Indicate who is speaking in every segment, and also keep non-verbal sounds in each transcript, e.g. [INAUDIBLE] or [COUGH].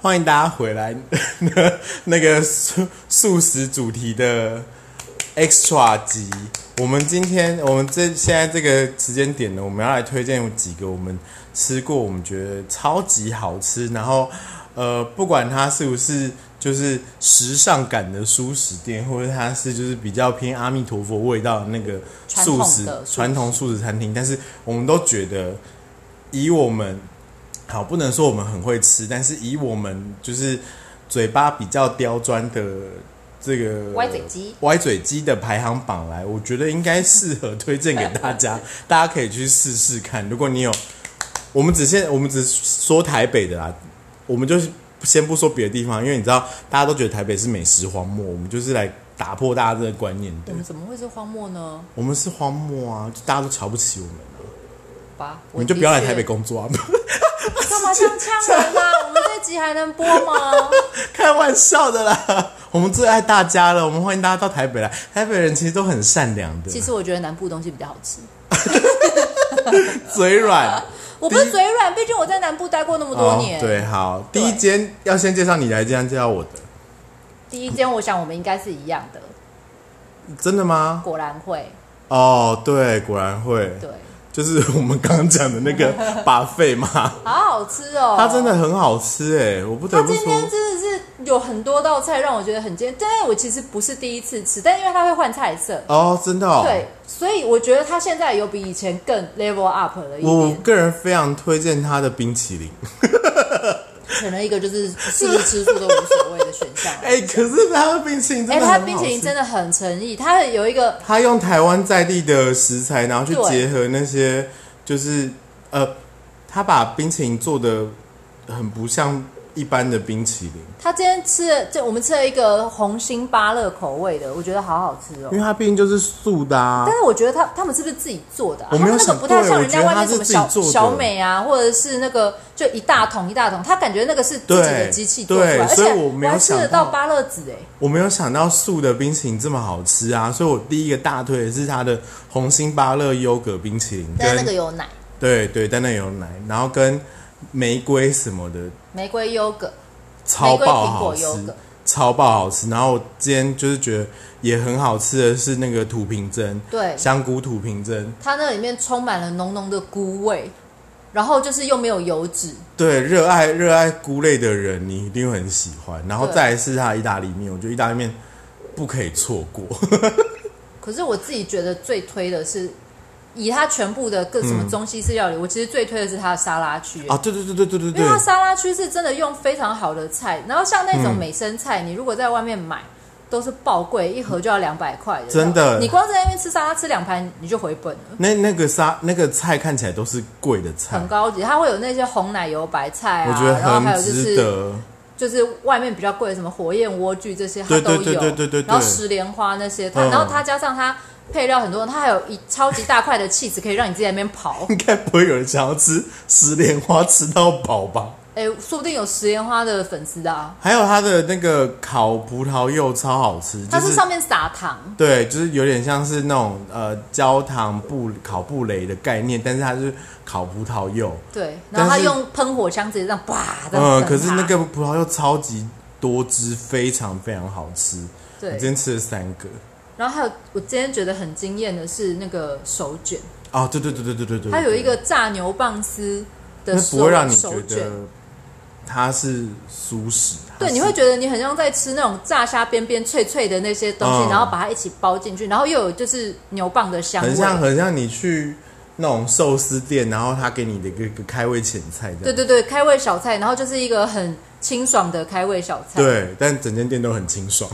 Speaker 1: 欢迎大家回来 [LAUGHS] 那那个素素食主题的 extra 集。我们今天，我们这现在这个时间点呢，我们要来推荐几个我们吃过，我们觉得超级好吃，然后呃，不管它是不是就是时尚感的素食店，或者它是就是比较偏阿弥陀佛味道的那个
Speaker 2: 传统
Speaker 1: 素
Speaker 2: 的
Speaker 1: 食
Speaker 2: 素食
Speaker 1: 传统素食餐厅，但是我们都觉得以我们好，不能说我们很会吃，但是以我们就是嘴巴比较刁钻的这个
Speaker 2: 歪嘴鸡
Speaker 1: 歪嘴鸡的排行榜来，我觉得应该适合推荐给大
Speaker 2: [LAUGHS]
Speaker 1: 家，大家可以去试试看。如果你有，我们只限我们只说台北的啦，我们就是先不说别的地方，因为你知道大家都觉得台北是美食荒漠，我们就是来打破大家这个观念的
Speaker 2: 我。们怎么会是荒漠呢？
Speaker 1: 我们是荒漠啊，就大家都瞧不起我们啊，
Speaker 2: 吧，
Speaker 1: 你就不要来
Speaker 2: 的确
Speaker 1: 台北工作啊。
Speaker 2: 干嘛这样呛人啦、我们这集还能播
Speaker 1: [LAUGHS]
Speaker 2: 吗？
Speaker 1: 开玩笑的啦， [LAUGHS] 我们最爱大家了，我们欢迎大家到台北来。台北人其实都很善良的，
Speaker 2: 其实我觉得南部东西比较好吃。
Speaker 1: 嘴 [LAUGHS] 软。
Speaker 2: 我不是嘴软，毕竟我在南部待过那么多年。
Speaker 1: 哦对，好，
Speaker 2: 对
Speaker 1: 第一间要先介绍你来，这样介绍我的，
Speaker 2: 第一间我想我们应该是一样的，
Speaker 1: 真的吗？
Speaker 2: 果然会。
Speaker 1: 哦，对，果然会，
Speaker 2: 对，
Speaker 1: 就是我们刚刚讲的那 [LAUGHS] 个把费嘛，
Speaker 2: 好好吃哦。
Speaker 1: 它真的很好吃哎，我不得
Speaker 2: 他
Speaker 1: 不
Speaker 2: 今天
Speaker 1: 说，
Speaker 2: 真的是有很多道菜让我觉得很惊，但是我其实不是第一次吃，但因为它会换菜色，
Speaker 1: 哦，真的哦，
Speaker 2: 对，所以我觉得它现在有比以前更 level up 了一
Speaker 1: 我
Speaker 2: 点。
Speaker 1: 个人非常推荐它的冰淇淋。
Speaker 2: 可能一个就是是不是吃素都无所谓的选项。
Speaker 1: [LAUGHS] 哎，可是它的冰淇淋真
Speaker 2: 哎，
Speaker 1: 的很好
Speaker 2: 它
Speaker 1: 吃，
Speaker 2: 冰淇淋真的很诚意，它有一个
Speaker 1: 他用台湾在地的食材，然后去
Speaker 2: 对
Speaker 1: 结合那些，就是呃，他把冰淇淋做的很不像一般的冰淇淋，
Speaker 2: 他今天吃了，就我们吃了一个红心芭乐口味的，我觉得好好吃哦
Speaker 1: 因为。啊它毕竟就是素的啊
Speaker 2: 但。是我觉得他他们是不是自己做的、啊？
Speaker 1: 我没有
Speaker 2: 他们那
Speaker 1: 想
Speaker 2: 个不太像人家
Speaker 1: 对我觉得
Speaker 2: 外面
Speaker 1: 他
Speaker 2: 什
Speaker 1: 是自
Speaker 2: 么
Speaker 1: 己
Speaker 2: 小
Speaker 1: 做的
Speaker 2: 小美啊，或者是那个就一大桶一大桶，他感觉那个是自己的
Speaker 1: 对
Speaker 2: 机器做出来，
Speaker 1: 对
Speaker 2: 而
Speaker 1: 所以
Speaker 2: 且
Speaker 1: 我没有
Speaker 2: 还吃
Speaker 1: 想
Speaker 2: 得
Speaker 1: 到
Speaker 2: 到芭乐籽哎、
Speaker 1: 我没有想到素的冰淇淋这么好吃啊，所以我第一个大推的是它的红心芭乐优格冰淇淋，
Speaker 2: 但是那
Speaker 1: 跟
Speaker 2: 个有奶、
Speaker 1: 对对，但那有奶，然后跟玫瑰什么的，
Speaker 2: 玫瑰优格，
Speaker 1: 超爆好
Speaker 2: 玫
Speaker 1: 吃
Speaker 2: 瑰苹果优格，
Speaker 1: 超爆好吃。然后我今天就是觉得也很好吃的是那个土瓶蒸，
Speaker 2: 对
Speaker 1: 香菇土瓶蒸，
Speaker 2: 它那里面充满了浓浓的菇味，然后就是又没有油脂，
Speaker 1: 对，热爱热爱菇类的人你一定会很喜欢。然后
Speaker 2: 对
Speaker 1: 再来是它的意大利面，我觉得意大利面不可以错过。
Speaker 2: 嗯可是我自己觉得最推的是，以它全部的各什么中西式料理，我其实最推的是它的沙拉区、
Speaker 1: [LAUGHS] 啊，对对对对对对
Speaker 2: 因
Speaker 1: 对
Speaker 2: 为，它沙拉区是真的用非常好的菜，然后像那种美生菜，你如果在外面买都是爆贵，一盒就要两百块的，
Speaker 1: 真的
Speaker 2: 你光在那边吃沙拉吃两盘你就回本了。
Speaker 1: 那那个沙那个菜看起来都是贵的菜
Speaker 2: 很，高级，它会有那些红奶油白菜
Speaker 1: 我
Speaker 2: 啊，
Speaker 1: 觉得
Speaker 2: 然后还
Speaker 1: 很
Speaker 2: 有就
Speaker 1: 值
Speaker 2: 是
Speaker 1: 得。
Speaker 2: 就是外面比较贵的什么火焰莴苣这些，它
Speaker 1: 对
Speaker 2: 都有。
Speaker 1: 对对对对对对
Speaker 2: 然后石莲花那些，它、
Speaker 1: 嗯
Speaker 2: 然后它加上它配料很多，它还有一超级大块的 cheese 可以让你自己在那边
Speaker 1: [LAUGHS]
Speaker 2: 刨。
Speaker 1: 应该不会有人想要吃石莲花吃到饱吧？
Speaker 2: 哎，说不定有石莲花的粉丝啊，
Speaker 1: 还有它的那个烤葡萄柚超好吃，就
Speaker 2: 它是上面撒糖，
Speaker 1: 对，就是有点像是那种呃焦糖布烤布雷的概念，但是它是烤葡萄柚，
Speaker 2: 对，然
Speaker 1: 但
Speaker 2: 后它
Speaker 1: 是
Speaker 2: 用喷火枪直接这样叭，这样
Speaker 1: 嗯，
Speaker 2: 整
Speaker 1: 可是
Speaker 2: 它
Speaker 1: 那个葡萄柚超级多汁，非常非常好吃。我今
Speaker 2: 对，
Speaker 1: 天吃了三个。
Speaker 2: 然后还有我今天觉得很惊艳的是那个手卷，
Speaker 1: 哦，对对对对对对对，
Speaker 2: 它有一
Speaker 1: 对，
Speaker 2: 个炸牛蒡丝的
Speaker 1: 那
Speaker 2: 手
Speaker 1: 不会让你觉
Speaker 2: 手
Speaker 1: 得
Speaker 2: 卷。
Speaker 1: 它是素食，它
Speaker 2: 对，
Speaker 1: 啊是
Speaker 2: 你会觉得你很像在吃那种炸虾边边脆脆的那些东西，
Speaker 1: 嗯
Speaker 2: 然后把它一起包进去，然后又有就是牛蒡的香味。
Speaker 1: 很像很像你去那种寿司店，然后他给你的一个一个开胃前菜这
Speaker 2: 对
Speaker 1: 样。
Speaker 2: 对对，开胃小菜，然后就是一个很清爽的开胃小菜。
Speaker 1: 对，但整间店都很清爽。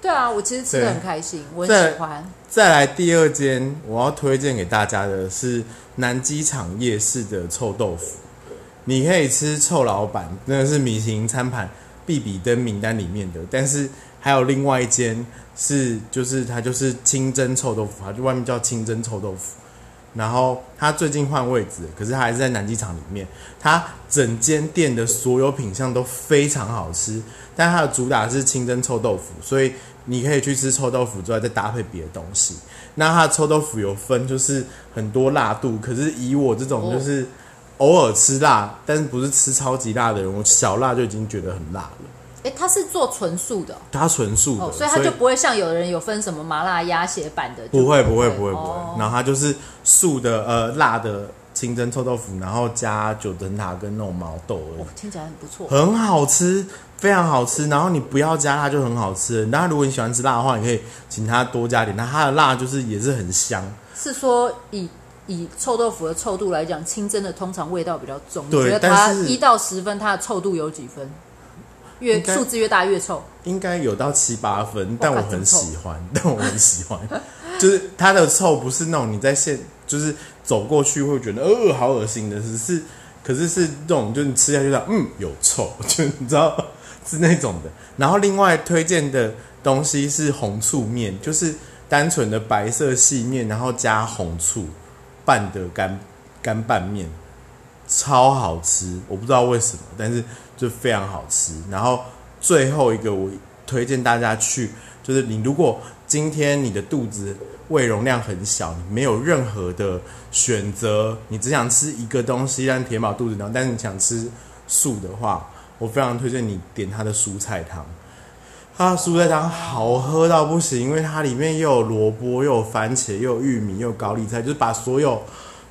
Speaker 2: 对啊，我其实吃的很开心，我
Speaker 1: 再
Speaker 2: 很喜欢。
Speaker 1: 再来第二间，我要推荐给大家的是南机场夜市的臭豆腐。你可以吃臭老板，那个是米其林餐盘必比登名单里面的。但是还有另外一间是，就是它就是清蒸臭豆腐，它就外面叫清蒸臭豆腐。然后它最近换位置，可是它还是在南机场里面。它整间店的所有品相都非常好吃，但它的主打是清蒸臭豆腐，所以你可以去吃臭豆腐之外再搭配别的东西。
Speaker 2: 哦
Speaker 1: 那它的臭豆腐有分，就是很多辣度，可是以我这种就是偶尔吃辣，但是不是吃超级辣的人，我小辣就已经觉得很辣了。
Speaker 2: 哎，它是做纯素的哦
Speaker 1: 它纯素的，
Speaker 2: 哦，所以它就不会像有的人有分什么麻辣鸭血版的，
Speaker 1: 不会不会
Speaker 2: 对
Speaker 1: 不会不会
Speaker 2: 哦。
Speaker 1: 然后它就是素的呃辣的清蒸臭豆腐，然后加九层塔跟那种毛豆而已
Speaker 2: 哦，听起来很不错。
Speaker 1: 很好吃，非常好吃。然后你不要加辣就很好吃了。然后如果你喜欢吃辣的话，你可以请它多加点。那它的辣就是也是很香，
Speaker 2: 是说以以臭豆腐的臭度来讲，清蒸的通常味道比较重。
Speaker 1: 对
Speaker 2: 你觉得它
Speaker 1: 但是
Speaker 2: 一到十分，它的臭度有几分？越
Speaker 1: 应该
Speaker 2: 数字越大越臭。
Speaker 1: 应该有到七八分，但
Speaker 2: 哇
Speaker 1: 我很喜欢， [LAUGHS] 但我很喜欢，就是它的臭不是那种你在现就是走过去会觉得呃好恶心的，只是可是是那种就是你吃下去的嗯有臭， [LAUGHS] 就你知道是那种的。然后另外推荐的东西是红醋面，就是单纯的白色细面，然后加红醋拌的干干拌面，超好吃，我不知道为什么，但是就非常好吃。然后最后一个我推荐大家去，就是你如果今天你的肚子胃容量很小，你没有任何的选择，你只想吃一个东西让填饱肚子，然后但是你想吃素的话，我非常推荐你点它的蔬菜汤。它的蔬菜汤好喝到不行，因为它里面又有萝卜，又有番茄，又有玉米，又有高丽菜，就是把所有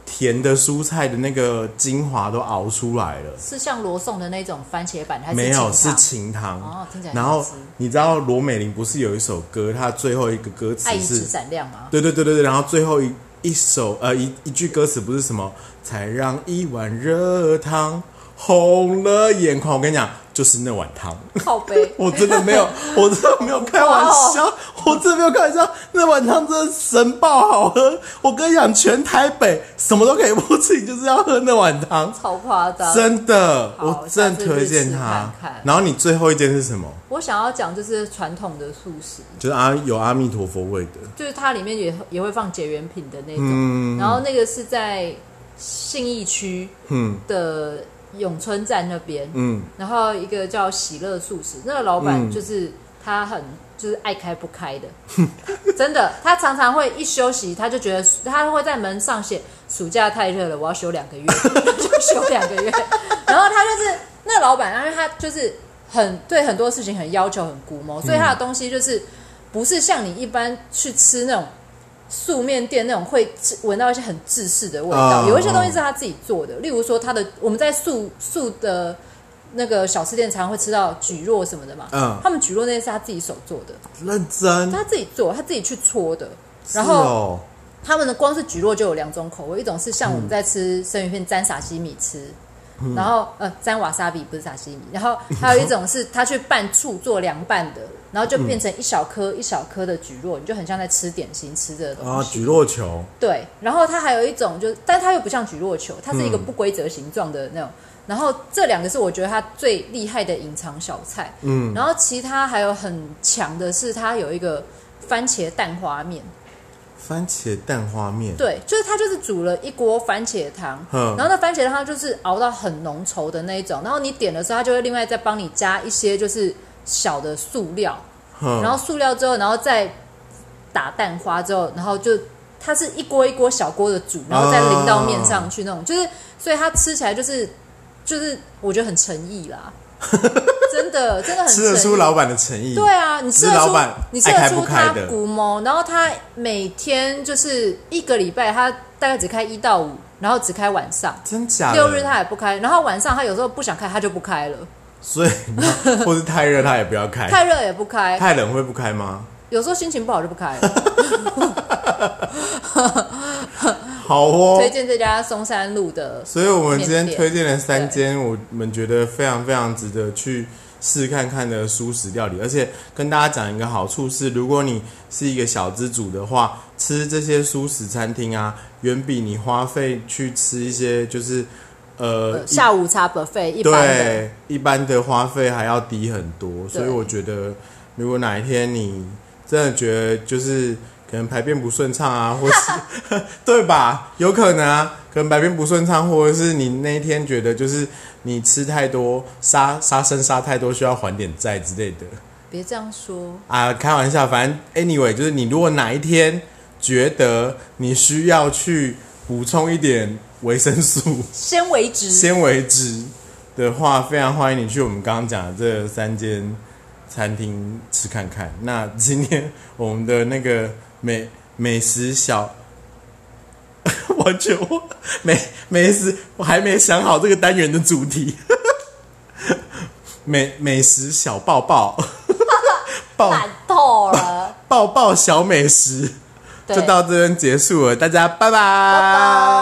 Speaker 1: 甜的蔬菜的那个精华都熬出来了。
Speaker 2: 是像罗宋的那种番茄版，还是
Speaker 1: 没有，
Speaker 2: 清
Speaker 1: 是
Speaker 2: 汤
Speaker 1: 清汤。
Speaker 2: 哦，听起来很
Speaker 1: 然
Speaker 2: 好
Speaker 1: 后
Speaker 2: 吃
Speaker 1: 你知道罗美玲不是有一首歌，她最后一个歌词
Speaker 2: 爱因斯
Speaker 1: 是，
Speaker 2: 展亮
Speaker 1: [LAUGHS]
Speaker 2: 吗？
Speaker 1: 对对对对对，然后最后一一首呃一一句歌词不是什么，才让一碗热汤红了眼眶。我跟你讲，就是那碗
Speaker 2: [LAUGHS]
Speaker 1: 汤，。
Speaker 2: 靠背
Speaker 1: 我真的没有，我真的没有开玩笑，我真的没有开玩笑，那碗汤真的神爆好喝。我跟你讲，全台北什么都可以不吃，你就是要喝那碗汤。
Speaker 2: 超夸张！
Speaker 1: 真的，
Speaker 2: 好
Speaker 1: 我真的推荐它
Speaker 2: 下次去吃看看。
Speaker 1: 然后你最后一件是什么？
Speaker 2: 我想要讲就是传统的素食，
Speaker 1: 就是阿有阿弥陀佛味的，
Speaker 2: 就是它里面也也会放解元品的那种，然后那个是在信义区
Speaker 1: 嗯
Speaker 2: 的永春站那边，
Speaker 1: 嗯，
Speaker 2: 然后一个叫喜乐素食，那个老板就是、他很就是爱开不开的， [LAUGHS] 真的，他常常会一休息他就觉得他会在门上写暑假太热了，我要休两个月， [LAUGHS] 就休两个月，然后他就是那老板，因为他就是很对很多事情很要求很估摸，所以他的东西就是不是像你一般去吃那种。素面店那种会致闻到一些很自式的味道，
Speaker 1: 嗯
Speaker 2: 有一些东西是他自己做的，例如说他的我们在素素的那个小吃店常常会吃到蒟蒻什么的嘛，
Speaker 1: 嗯
Speaker 2: 他们蒟蒻那些是他自己手做的，
Speaker 1: 认真。
Speaker 2: 他自己做，他自己去搓的。
Speaker 1: 是
Speaker 2: 然后
Speaker 1: 哦，
Speaker 2: 他们的光是蒟蒻就有两种口味，一种是像我们在吃生鱼片沾沙西米吃，
Speaker 1: 嗯
Speaker 2: 然后呃沾瓦萨比不是沙西米，然后还有一种是他去拌醋做凉拌的，然后就
Speaker 1: 嗯
Speaker 2: 变成一小颗一小颗的蒟蒻，你就很像在吃点心吃的东西。
Speaker 1: 啊，举落球，
Speaker 2: 对，然后它还有一种就是，但它又不像举落球，它是一个不规则形状的那种。然后这两个是我觉得它最厉害的隐藏小菜。嗯，然后其他还有很强的是，它有一个番茄蛋花面。
Speaker 1: 番茄蛋花面，
Speaker 2: 对，就是它就是煮了一锅番茄汤，
Speaker 1: 嗯
Speaker 2: 然后那番茄汤它就是熬到很浓稠的那一种，然后你点的时候，它就会另外再帮你加一些就是小的塑料，
Speaker 1: 哼，
Speaker 2: 然后塑料之后，然后再打蛋花之后，然后就它是一锅一锅小锅的煮，然后再淋到面
Speaker 1: 啊
Speaker 2: 上去那种，就是所以它吃起来就是就是我觉得很诚
Speaker 1: [LAUGHS]
Speaker 2: 意啦，真的真的很
Speaker 1: 吃得
Speaker 2: 诚
Speaker 1: 出
Speaker 2: 意
Speaker 1: 老板的诚意。
Speaker 2: 对，啊，你吃
Speaker 1: 只
Speaker 2: 得
Speaker 1: 是老
Speaker 2: 出
Speaker 1: 板
Speaker 2: 你吃
Speaker 1: 爱
Speaker 2: 得
Speaker 1: 开
Speaker 2: 出
Speaker 1: 不开
Speaker 2: 他
Speaker 1: 的
Speaker 2: 古猫，然后他每天就是一个礼拜，他大概只开一到五，然后只开晚上。
Speaker 1: 真假的？
Speaker 2: 六日他也不开，然后晚上他有时候不想开，他就不开了。
Speaker 1: 所以
Speaker 2: [LAUGHS]
Speaker 1: 或是太热他也不要开，
Speaker 2: 太热也不开，
Speaker 1: 哎太冷会不开吗？
Speaker 2: 有时候心情不好就不
Speaker 1: [LAUGHS]
Speaker 2: 开了。
Speaker 1: 好哦
Speaker 2: 推，荐这家松山路的，
Speaker 1: 所以我们今天
Speaker 2: 面店
Speaker 1: 推荐了三间我们觉得非常非常值得去试看看的素食料理，而且跟大家讲一个好处是，如果你是一个小资主的话，吃这些素食餐厅啊，远比你花费去吃一些就是呃
Speaker 2: 呃下午茶 buffet 一般的，
Speaker 1: 对一般的花费还要低很多，所以
Speaker 2: 对
Speaker 1: 我觉得如果哪一天你真的觉得就是可能排便不顺畅啊，或是 [LAUGHS] 对吧？有可能啊，可能排便不顺畅，或者是你那一天觉得就是你吃太多杀杀生杀太多，需要还点债之类的
Speaker 2: 别这样说。
Speaker 1: 啊，开玩笑，反正 anyway，就是你如果哪一天觉得你需要去补充一点维生素、
Speaker 2: 纤维质，
Speaker 1: 纤维质的话，非常欢迎你去我们刚刚讲的这三间餐厅吃看看。那今天我们的那个美美食小， [LAUGHS] 完全我美美食我还没想好这个单元的主题， [LAUGHS] 美美食小抱抱， [LAUGHS] 抱
Speaker 2: [LAUGHS] 烂透了。
Speaker 1: 抱抱小美食，
Speaker 2: 对
Speaker 1: 就到这边结束了，大家拜拜。
Speaker 2: 拜拜